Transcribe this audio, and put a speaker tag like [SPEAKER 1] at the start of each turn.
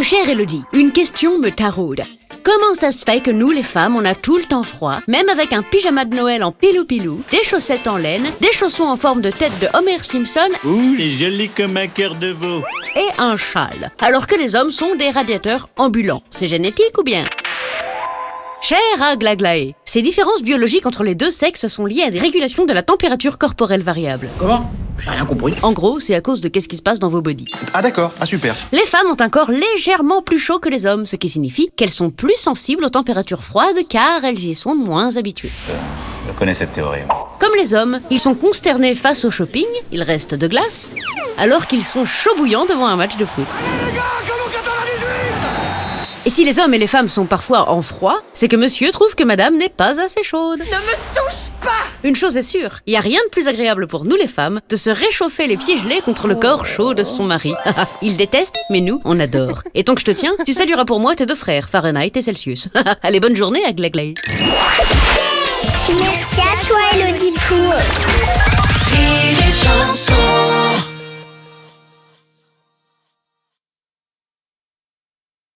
[SPEAKER 1] Chère Elodie, une question me taraude. Comment ça se fait que nous, les femmes, on a tout le temps froid, même avec un pyjama de Noël en pilou-pilou, des chaussettes en laine, des chaussons en forme de tête de Homer Simpson
[SPEAKER 2] Ouh, c'est joli comme un cœur de veau.
[SPEAKER 1] et un châle, alors que les hommes sont des radiateurs ambulants C'est génétique ou bien Cher Aglaglaé, ces différences biologiques entre les deux sexes sont liées à des régulations de la température corporelle variable.
[SPEAKER 3] Comment J'ai rien compris.
[SPEAKER 1] En gros, c'est à cause de qu'est-ce qui se passe dans vos bodies.
[SPEAKER 3] Ah d'accord, ah super.
[SPEAKER 1] Les femmes ont un corps légèrement plus chaud que les hommes, ce qui signifie qu'elles sont plus sensibles aux températures froides car elles y sont moins habituées.
[SPEAKER 2] Euh, Je connais cette théorie.
[SPEAKER 1] Comme les hommes, ils sont consternés face au shopping, ils restent de glace, alors qu'ils sont chauds bouillants devant un match de foot. Et si les hommes et les femmes sont parfois en froid, c'est que monsieur trouve que madame n'est pas assez chaude. Ne me touche pas Une chose est sûre, il n'y a rien de plus agréable pour nous les femmes de se réchauffer les pieds gelés contre le corps chaud de son mari. il déteste, mais nous, on adore. Et tant que je te tiens, tu salueras pour moi tes deux frères, Fahrenheit et Celsius. Allez, bonne journée à Glaglaï.
[SPEAKER 4] Merci à toi, Elodie Pou.
[SPEAKER 5] Rire et chanson.